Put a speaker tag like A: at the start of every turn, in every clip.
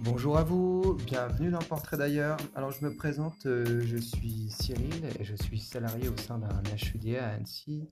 A: Bonjour à vous, bienvenue dans Portrait d'ailleurs. Alors je me présente, euh, je suis Cyril et je suis salarié au sein d'un HUDA à Annecy.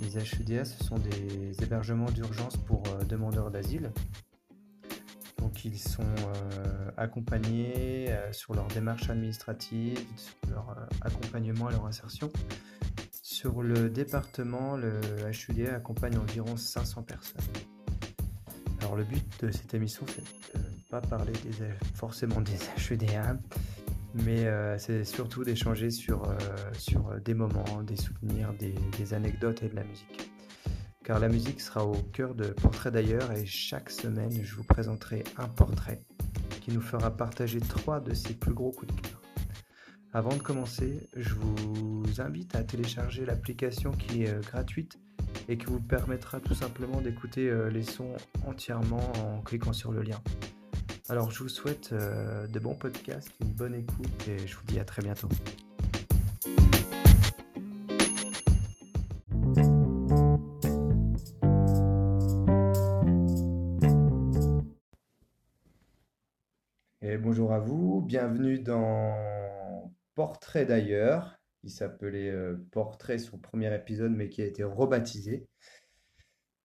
A: Les HUDA, ce sont des hébergements d'urgence pour euh, demandeurs d'asile. Donc ils sont euh, accompagnés euh, sur leur démarche administrative, sur leur euh, accompagnement à leur insertion. Sur le département, le HUD accompagne environ 500 personnes. Alors le but de cette émission, c'est de ne pas parler des, forcément des HUDA, mais euh, c'est surtout d'échanger sur, euh, sur des moments, des souvenirs, des, des anecdotes et de la musique. Car la musique sera au cœur de Portrait d'ailleurs et chaque semaine je vous présenterai un portrait qui nous fera partager trois de ses plus gros coups de cœur. Avant de commencer, je vous invite à télécharger l'application qui est euh, gratuite et qui vous permettra tout simplement d'écouter euh, les sons entièrement en cliquant sur le lien. Alors je vous souhaite euh, de bons podcasts, une bonne écoute et je vous dis à très bientôt. Et bonjour à vous, bienvenue dans Portrait d'ailleurs. Il s'appelait euh, Portrait son premier épisode, mais qui a été rebaptisé.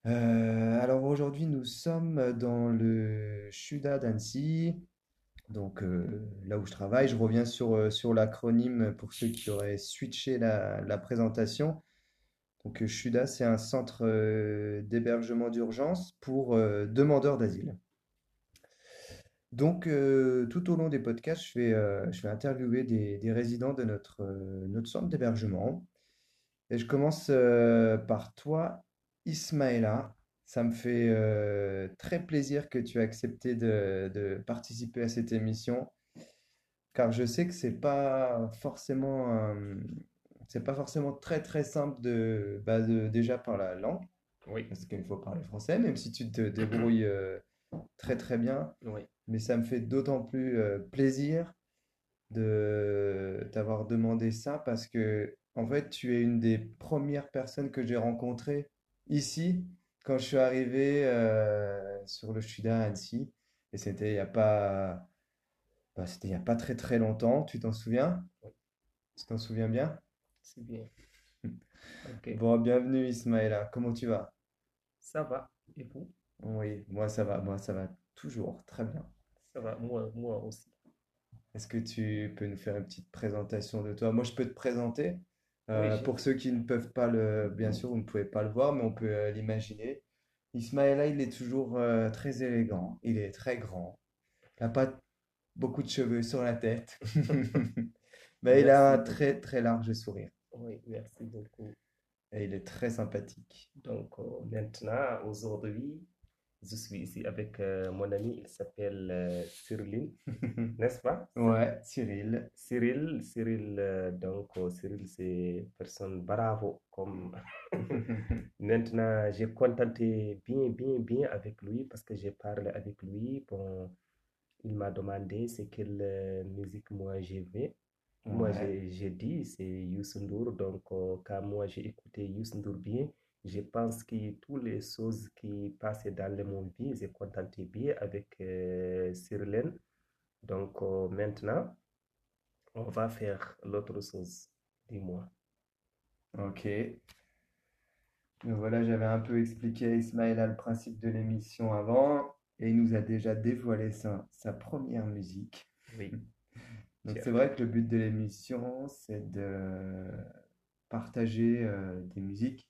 A: Euh, alors aujourd'hui, nous sommes dans le Chuda d'Annecy, donc euh, là où je travaille. Je reviens sur, euh, sur l'acronyme pour ceux qui auraient switché la, la présentation. Donc euh, Chuda, c'est un centre euh, d'hébergement d'urgence pour euh, demandeurs d'asile. Donc, euh, tout au long des podcasts, je vais, euh, je vais interviewer des, des résidents de notre, euh, notre centre d'hébergement. Et je commence euh, par toi, Ismaëla. Ça me fait euh, très plaisir que tu aies accepté de, de participer à cette émission, car je sais que c'est pas forcément, euh, c'est pas forcément très très simple de, bah, de- déjà par la langue,
B: Oui,
A: parce qu'il faut parler français, même si tu te débrouilles euh, très très bien
B: oui.
A: mais ça me fait d'autant plus euh, plaisir de t'avoir demandé ça parce que, en fait, tu es une des premières personnes que j'ai rencontrées ici quand je suis arrivé euh, sur le Chuda à Annecy. Et c'était il n'y a pas, bah, c'était il y a pas très très longtemps, tu t'en souviens? Tu t'en souviens bien?
B: C'est bien. Ok,
A: Bon, bienvenue Ismaëla, comment tu vas?
B: ça va. Et vous?
A: Oui, moi ça va, moi ça va toujours, très bien.
B: Ça va, moi, moi aussi.
A: Est-ce que tu peux nous faire une petite présentation de toi? Moi, je peux te présenter. Euh,
B: j'ai-
A: pour ceux qui ne peuvent pas le, bien sûr, vous ne pouvez pas le voir, mais on peut euh, l'imaginer. Ismaël, il est toujours euh, très élégant. Il est très grand. Il n'a pas beaucoup de cheveux sur la tête. Mais il a un
B: Merci beaucoup.
A: très, très large sourire.
B: Oui, merci beaucoup.
A: Et il est très sympathique.
B: Donc, euh, maintenant, aujourd'hui, je suis ici avec euh, mon ami, il s'appelle euh, Cyril, n'est-ce pas?
A: Ouais, Cyril.
B: Cyril, Cyril, euh, donc, euh, Cyril, c'est personne bravo. Comme... Maintenant, j'ai contenté bien, bien, bien avec lui parce que j'ai parlé avec lui. Bon, il m'a demandé c'est quelle euh, musique moi j'aimais. Moi,
A: Ouais.
B: j'ai j'ai dit, c'est Youssou N'Dour. Donc, euh, quand moi j'ai écouté Youssou N'Dour bien, je pense que toutes les choses qui passaient dans le monde bien, j'ai contenté bien avec euh, Cyrilène. Donc, euh, maintenant, on va faire l'autre chose. Dis-moi.
A: Ok. Donc voilà, j'avais un peu expliqué à Ismaël le principe de l'émission avant, et il nous a déjà dévoilé sa, sa première musique.
B: Oui,
A: Donc
B: Tiens.
A: c'est vrai que le but de l'émission, c'est de partager euh, des musiques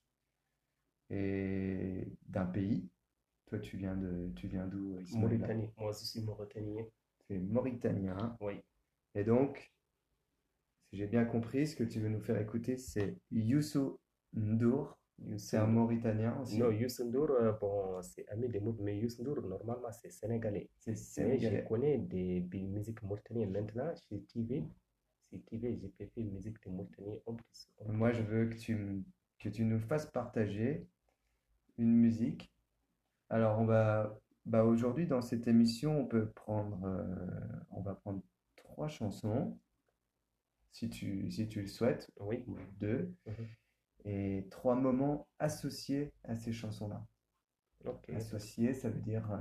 A: et d'un pays. Toi, tu viens de, tu viens d'où, Ismaël?
B: Mauritanie. Moi, je suis mauritanien.
A: Tu es mauritanien.
B: Oui,
A: Et donc, si j'ai bien compris, ce que tu veux nous faire écouter, c'est Youssou N'Dour. C'est
B: Youssou
A: un
B: N'Dour.
A: Mauritanien aussi.
B: Non, Youssou N'Dour, euh, bon, c'est ami des Mourides, mais Youssou N'Dour, normalement, c'est sénégalais.
A: C'est
B: Mais je
A: sénégalais.
B: connais des, des musiques mauritaniennes maintenant chez TV. Chez TV, j'ai préféré musique de Mauritanie en plus. en
A: Moi,
B: plus.
A: je veux que tu, m- que tu nous fasses partager une musique. Alors, on va, bah aujourd'hui, dans cette émission, on peut prendre, euh, on va prendre trois chansons. si tu, si tu le souhaites,
B: Oui.
A: ou deux,
B: Mhm.
A: et trois moments associés à ces chansons-là.
B: Ok.
A: Associés, ça veut dire euh,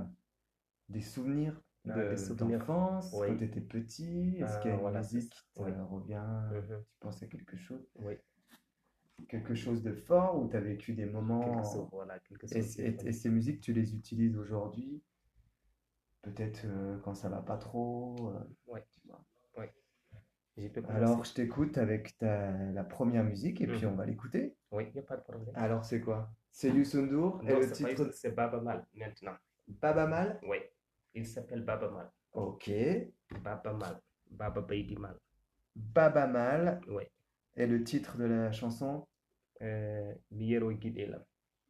A: des souvenirs
B: Ah,
A: de,
B: des souvenirs.
A: d'enfance,
B: Oui.
A: quand tu étais petit, est-ce
B: Ah,
A: qu'il y a une
B: voilà, c'est
A: musique
B: ça.
A: qui te
B: Oui.
A: revient,
B: Mhm.
A: tu penses à quelque chose,
B: Oui.
A: quelque chose de fort ou tu as vécu des
B: Quelque
A: moments
B: chose, voilà, quelque
A: Et,
B: chose de
A: et-
B: fun.
A: et ces musiques, tu les utilises aujourd'hui, peut-être euh, quand ça va pas trop. euh,
B: Ouais.
A: tu vois.
B: Je peux commencer.
A: Alors, je t'écoute avec ta, la première musique et puis
B: Mhm.
A: on va l'écouter.
B: Oui, il n'y a pas de problème.
A: Alors, c'est quoi? C'est Youssou ah, et
B: Non,
A: le
B: c'est
A: titre
B: pas Youssou, c'est Baba Mal maintenant.
A: Baba Mal.
B: Oui. Il s'appelle Baba Mal.
A: Ok.
B: Baba Mal. Baba Baby Mal.
A: Baba Mal
B: Oui.
A: et le titre de la chanson.
B: Euh, Miero Guide Elam.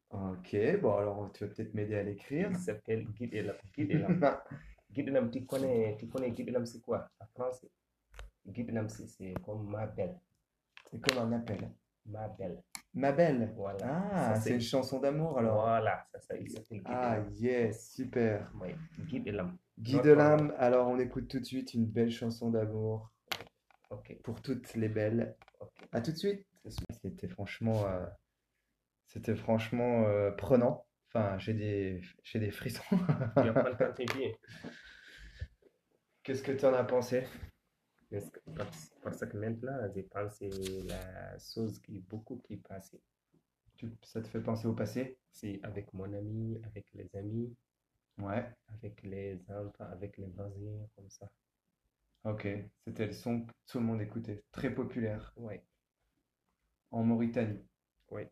A: Ok. Bon, alors tu vas peut-être m'aider à l'écrire.
B: Il s'appelle Guide Elam. Guide Elam. Guide Elam, tu connais, tu connais Guide Elam, c'est quoi en français? Guide Elam, c'est c'est comme ma belle.
A: C'est comme un appel.
B: Ma belle.
A: Ma belle.
B: Voilà.
A: Ah,
B: Ça,
A: c'est
B: c'est-
A: une chanson d'amour alors.
B: Voilà, ça, ça, il s'appelle Guide
A: Ah,
B: Elam.
A: yes, super.
B: Oui. Guide Elam.
A: Guy
B: Not
A: de
B: for
A: l'âme, alors on écoute tout de suite une belle chanson d'amour
B: Ok,
A: pour toutes les belles.
B: ok.
A: À tout de suite. C'était franchement, euh, c'était franchement euh, prenant. Enfin, j'ai des, j'ai des frissons.
B: Il n'y a pas le temps, t'es bien.
A: Qu'est-ce que tu en as pensé?
B: Parce que, parce- parce que maintenant, je pense que c'est la chose qui beaucoup qui passe.
A: Tu- ça te fait penser au passé?
B: C'est avec mon ami, avec les amis,
A: Ouais.
B: avec les enfants, avec les voisins, comme ça.
A: Ok. C'était le son que tout le monde écoutait. Très populaire
B: Ouais,
A: en Mauritanie.
B: ouais.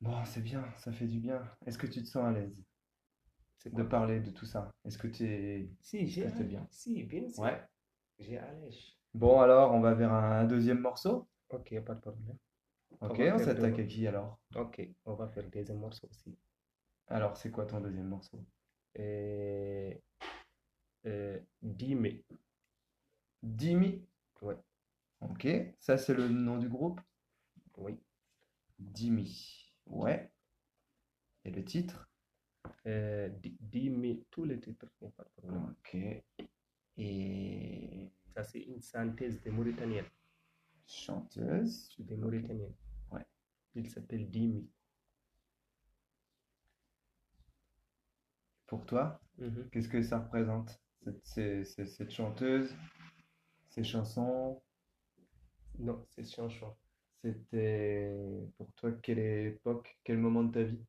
A: Bon, c'est bien, ça fait du bien. Est-ce que tu te sens à l'aise
B: C'est
A: de
B: quoi?
A: parler de tout ça? Est-ce que tu es...
B: Si, j'ai
A: C'était
B: allé-
A: bien.
B: Si, bien sûr.
A: Ouais.
B: J'ai allège.
A: Bon, alors, on va vers un deuxième morceau.
B: Ok, pas de problème. On
A: Ok,
B: va
A: on
B: faire
A: s'attaque
B: deux.
A: à qui alors?
B: Ok, on va faire des morceaux aussi.
A: Alors, c'est quoi ton deuxième morceau?
B: Euh, euh, Dime,
A: Dimi?
B: Ouais.
A: Ok, ça c'est le nom du groupe?
B: oui.
A: Dimi. Ouais. Et le titre?
B: Euh, Di- Dime, tous les titres, il n'y a pas de problème.
A: Ok. Et
B: Ça, c'est une synthèse des Mauritaniens.
A: chanteuse?
B: Des
A: Ok.
B: Mauritaniens.
A: Ouais.
B: Il s'appelle Dimi.
A: Pour toi,
B: Mhm.
A: qu'est-ce que ça représente? Cette, ces- ces- cette chanteuse, ces chansons,
B: Non, c'est chanson.
A: c'était pour toi quelle époque, quel moment de ta vie?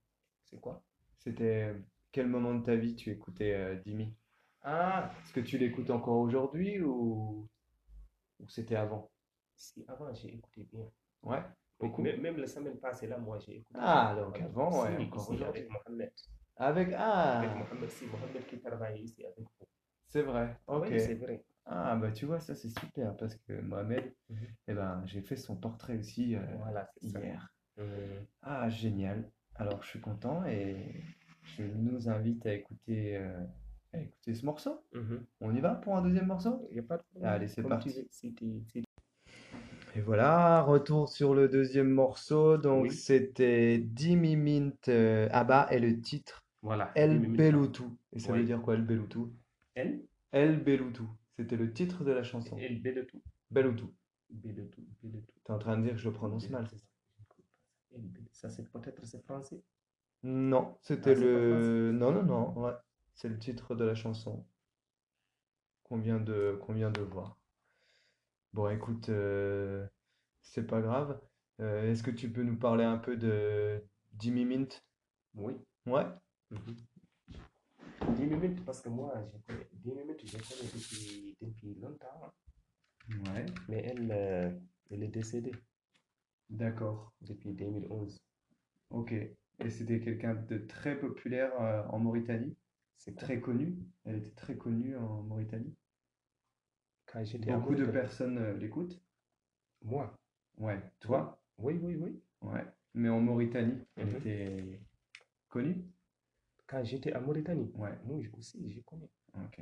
B: C'est quoi?
A: C'était quel moment de ta vie tu écoutais euh, Dimi?
B: Ah,
A: Est-ce que tu l'écoutes encore aujourd'hui ou, ou c'était avant?
B: si avant j'ai écouté bien.
A: Ouais, beaucoup.
B: Même, même la semaine passée, là, moi j'ai écouté.
A: Ah, donc avant, ouais,
B: Si,
A: encore
B: ici,
A: aujourd'hui.
B: avec Mohamed.
A: Avec,
B: Avec
A: ah,
B: Mohamed, si, Mohamed qui travaille ici avec vous.
A: c'est vrai, ok.
B: Oui, c'est vrai.
A: Ah, bah tu vois, ça c'est super parce que Mohamed,
B: Mhm.
A: eh ben, j'ai fait son portrait aussi euh,
B: Voilà, c'est ça.
A: hier.
B: Mhm.
A: Ah, génial. Alors, je suis content et je nous invite à écouter, euh, à écouter ce morceau.
B: Mhm.
A: On y va pour un deuxième morceau?
B: Il n'y a pas de problème.
A: Allez, c'est
B: Comme
A: parti.
B: tu veux, si tu- si tu-
A: Et voilà, retour sur le deuxième morceau. Donc,
B: Oui.
A: c'était Dimi Mint euh, Abba et le titre
B: Voilà.
A: El
B: Dimi Mita.
A: Beloutou. Et ça veut
B: Oui.
A: dire quoi, El Beloutou?
B: El,
A: El Beloutou. C'était le titre de la chanson.
B: El B de tout.
A: Beloutou.
B: B de tout, B de tout.
A: T'es en train de dire que je le prononce mal, c'est ça?
B: El B. Ça, c'est peut-être c'est français.
A: Non, c'était
B: c'est pas
A: le. Non, non, non. Ouais. C'est le titre de la chanson qu'on vient de, qu'on vient de voir. Bon, écoute, euh, c'est pas grave. Euh, est-ce que tu peux nous parler un peu de Dimi Mint?
B: Oui.
A: Ouais. Mhm.
B: 10 minutes, parce que moi, je connais, 10 minutes, je connais depuis, depuis longtemps. hein.
A: Ouais,
B: Mais elle, euh, elle est décédée
A: d'accord.
B: depuis 2011.
A: Ok. Et c'était quelqu'un de très populaire euh, en Mauritanie,
B: C'est
A: très connu. Elle était très connue en Mauritanie.
B: Quand j'étais à
A: Beaucoup de
B: Mauritanie.
A: personnes euh, l'écoutent.
B: Moi.
A: Ouais, toi?
B: Oui, oui, oui.
A: Ouais. Mais en Mauritanie, elle
B: Mhm.
A: était connue.
B: Quand j'étais à Mauritanie.
A: Ouais,
B: Moi je- aussi, je connais.
A: ok.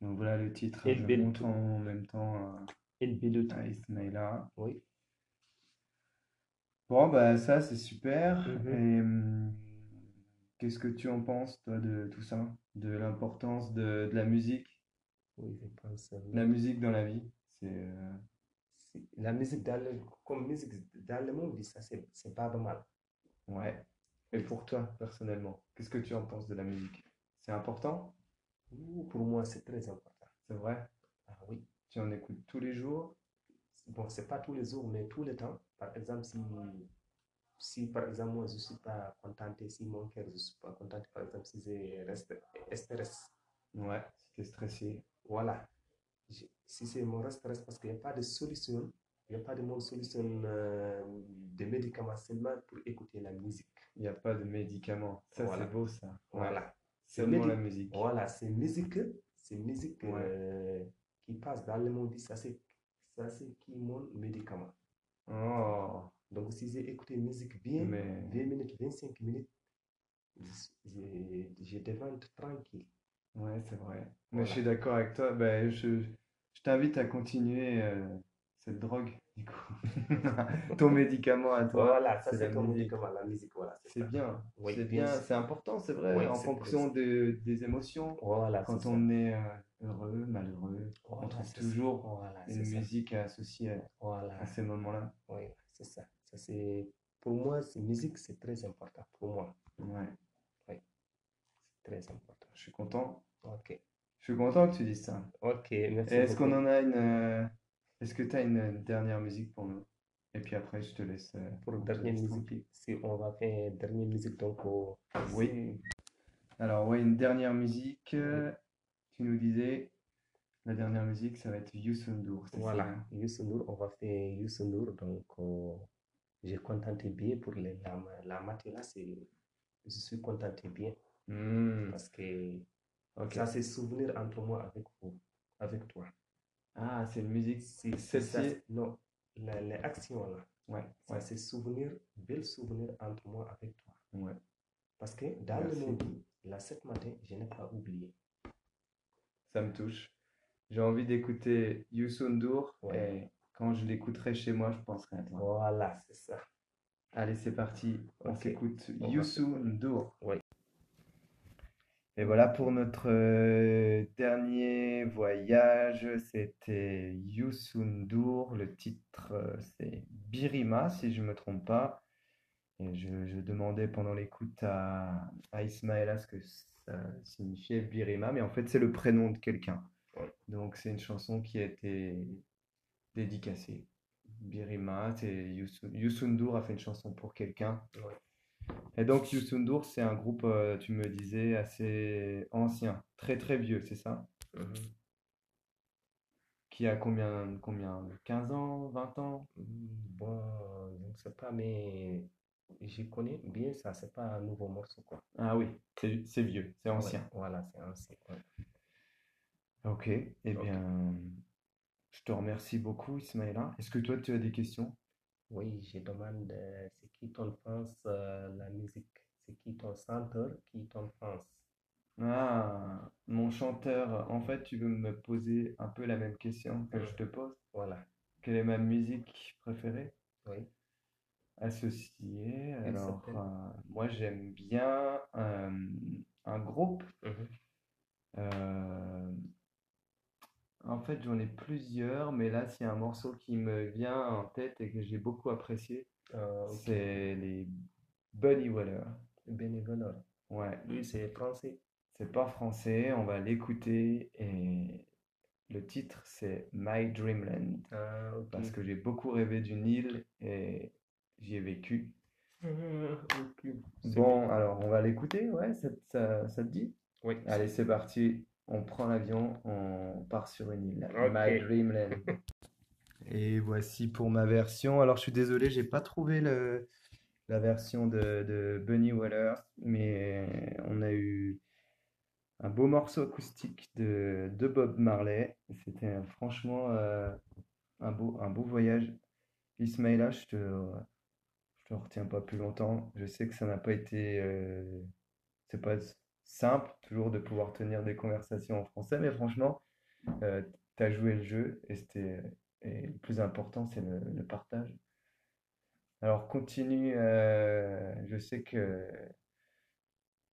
A: Donc voilà le titre.
B: Et
A: Je
B: le
A: montre
B: tout.
A: en même temps euh,
B: El Beloutou.
A: à, à Ismaïla.
B: Oui.
A: Bon, bah ça, c'est super.
B: Mhm.
A: Et hum, qu'est-ce que tu en penses, toi, de tout ça? De l'importance de, de la musique
B: Oui, je pense. euh,
A: La musique dans la vie, c'est euh,
B: c'est- La musique dans le, comme musique dans le monde, ça c'est c'est pas mal.
A: ouais. Et pour toi, personnellement, qu'est-ce que tu en penses de la musique? C'est important?
B: Ouh, Pour moi, c'est très important.
A: C'est vrai?
B: Ah oui.
A: Tu en écoutes tous les jours?
B: Bon, c'est pas tous les jours, mais tout le temps. Par exemple, si, si par exemple, moi, je suis pas contenté, si mon cœur, je suis pas contenté, par exemple, si je reste stress,
A: Ouais, si t'es stressé.
B: voilà. Je- si c'est mon reste stress, parce qu'il n'y a pas de solution, il n'y a pas de bonne solution euh, de médicaments seulement pour écouter la musique.
A: Il n'y a pas de médicaments. Ça,
B: Voilà.
A: c'est beau, ça. Ouais.
B: Voilà.
A: Seulement
B: médi-
A: la musique.
B: Voilà, c'est musique, c'est musique
A: Ouais.
B: euh, qui passe dans le monde, ça c'est ça c'est qui mon médicament.
A: Oh,
B: Donc si j'ai écouté musique bien,
A: mais
B: 20 minutes, 25 minutes, je, je devante tranquille.
A: ouais, c'est vrai. Mais
B: Voilà.
A: je suis d'accord avec toi. Ben, je, je t'invite à continuer euh, cette drogue, du coup. Ton médicament à toi,
B: Voilà, ça
A: c'est
B: c'est
A: la
B: comme
A: musique.
B: médicament, la musique, voilà, c'est
A: C'est
B: ça.
A: bien,
B: Oui,
A: c'est
B: bien
A: bien,
B: sûr.
A: c'est important, c'est vrai,
B: Oui,
A: en
B: c'est
A: fonction de- des émotions.
B: Voilà,
A: Quand
B: c'est
A: on est euh, heureux, malheureux,
B: ça.
A: on
B: Voilà,
A: trouve
B: c'est ça.
A: toujours
B: Voilà,
A: une
B: c'est ça.
A: musique à associer à-
B: Voilà.
A: à ces moments-là.
B: Oui, c'est ça. Ça c'est pour moi, c'est musique, c'est très important pour moi,
A: Ouais,
B: c'est très important.
A: je suis content.
B: OK.
A: Je suis content que tu dises ça.
B: OK, merci
A: Et Est-ce qu'on
B: beaucoup.
A: en a une euh, est-ce que tu as une euh, dernière musique pour nous? Et puis après, je te laisse euh,
B: Pour
A: je te
B: dernière
A: laisse
B: musique.
A: tranquille.
B: Si on va faire une dernière musique, donc oh,
A: Oui. Alors ouais, une dernière musique. euh, tu nous disais la dernière musique, ça va être Youssou N'Dour,
B: c'est-
A: c'est
B: voilà,
A: ça, hein
B: Youssou N'Dour, on va faire Youssou N'Dour, donc oh, j'ai contenté bien pour les- la, la matinée là, c'est, je suis contenté bien
A: Hmm,
B: parce que
A: ok.
B: ça c'est souvenir entre moi avec vous, avec toi.
A: Ah, c'est une musique.
B: Si, si ça,
A: Celle-ci,
B: non, la- les actions là,
A: ouais,
B: ça
A: ouais,
B: c'est souvenir, bel souvenir entre moi avec toi.
A: ouais.
B: Parce que dans le
A: Merci.
B: monde, là, cette matin, je n'ai pas oublié.
A: Ça me touche. J'ai envie d'écouter Youssou N'Dour
B: Ouais.
A: et quand je l'écouterai chez moi, je penserai à toi.
B: Voilà, c'est ça.
A: Allez, c'est parti. On
B: Ok.
A: s'écoute
B: On va-
A: Youssou N'Dour.
B: Ouais.
A: Et voilà pour notre euh, dernier voyage. C'était Youssou N'Dour. Le titre, euh, c'est Birima, si je ne me trompe pas. Et je, je demandais pendant l'écoute à, à Ismaëla ce que ça signifiait Birima, mais en fait, c'est le prénom de quelqu'un.
B: Ouais.
A: Donc, c'est une chanson qui a été dédicacée. Birima, c'est Youssou, Youssou N'Dour a fait une chanson pour quelqu'un.
B: Ouais.
A: Et donc Youssou N'Dour, c'est un groupe, euh, tu me disais, assez ancien, très très vieux, c'est ça? Qui a combien, combien, 15 ans, 20 ans?
B: Bon, je ne sais pas, mais je connais bien ça, c'est pas un nouveau morceau, quoi.
A: Ah oui, c'est c'est vieux, c'est
B: Ouais,
A: ancien.
B: voilà, c'est ancien. ouais.
A: Ok, eh
B: Ok.
A: bien, je te remercie beaucoup, Ismaïla. Est-ce que toi, tu as des questions?
B: Oui, je demande, euh, c'est qui ton France, euh, la musique? C'est qui ton centre, qui ton France?
A: Ah, mon chanteur, en fait, tu veux me poser un peu la même question que je te pose?
B: Voilà,
A: Quelle est ma musique préférée?
B: oui.
A: Associé, alors
B: s'appelle?
A: euh, moi j'aime bien euh, un groupe.
B: Mhm.
A: euh, en fait, j'en ai plusieurs, mais là, s'il y a un morceau qui me vient en tête et que j'ai beaucoup apprécié,
B: Euh, ok.
A: c'est les Bunny Waller.
B: Bénévoleur.
A: Ouais,
B: Lui, c'est français.
A: c'est pas français, on va l'écouter et le titre c'est My Dreamland
B: Ah, ok.
A: parce que j'ai beaucoup rêvé d'une île et j'y ai vécu.
B: Ah, ok. C'est
A: Bon, alors on va l'écouter, ouais, ça, ça, ça te dit?
B: Oui,
A: Allez, c'est parti. On prend l'avion, on part sur une île.
B: Ok.
A: My Dreamland. Et voici pour ma version. Alors, je suis désolé, j'ai pas trouvé le, la version de, de Bunny Waller, mais on a eu un beau morceau acoustique de, de Bob Marley. C'était euh, franchement euh, un beau, un beau voyage. Ismaïla, je te, je te retiens pas plus longtemps. Je sais que ça n'a pas été, euh, c'est pas simple toujours de pouvoir tenir des conversations en français, mais franchement, euh, tu as joué le jeu et c'était et le plus important, c'est le, le partage. Alors continue, euh, je sais que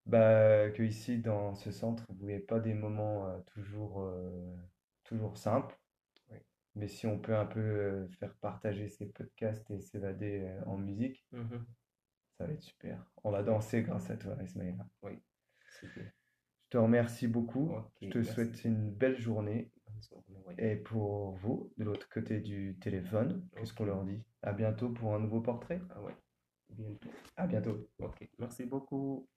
A: bah, que ici dans ce centre, vous n'avez pas des moments euh, toujours euh, toujours simple.
B: Oui.
A: Mais si on peut un peu euh, faire partager ces podcasts et s'évader euh, en musique,
B: Mhm.
A: ça va être super. On va danser grâce à toi, Ismaël.
B: Super.
A: Je te remercie beaucoup.
B: Ok,
A: Je te
B: merci.
A: souhaite une belle journée.
B: Bonne journée, ouais.
A: Et pour vous, de l'autre côté du téléphone, qu'est-ce qu'on leur dit? À bientôt pour un nouveau portrait.
B: Ah ouais. Bientôt.
A: À bientôt.
B: Ok. Merci beaucoup.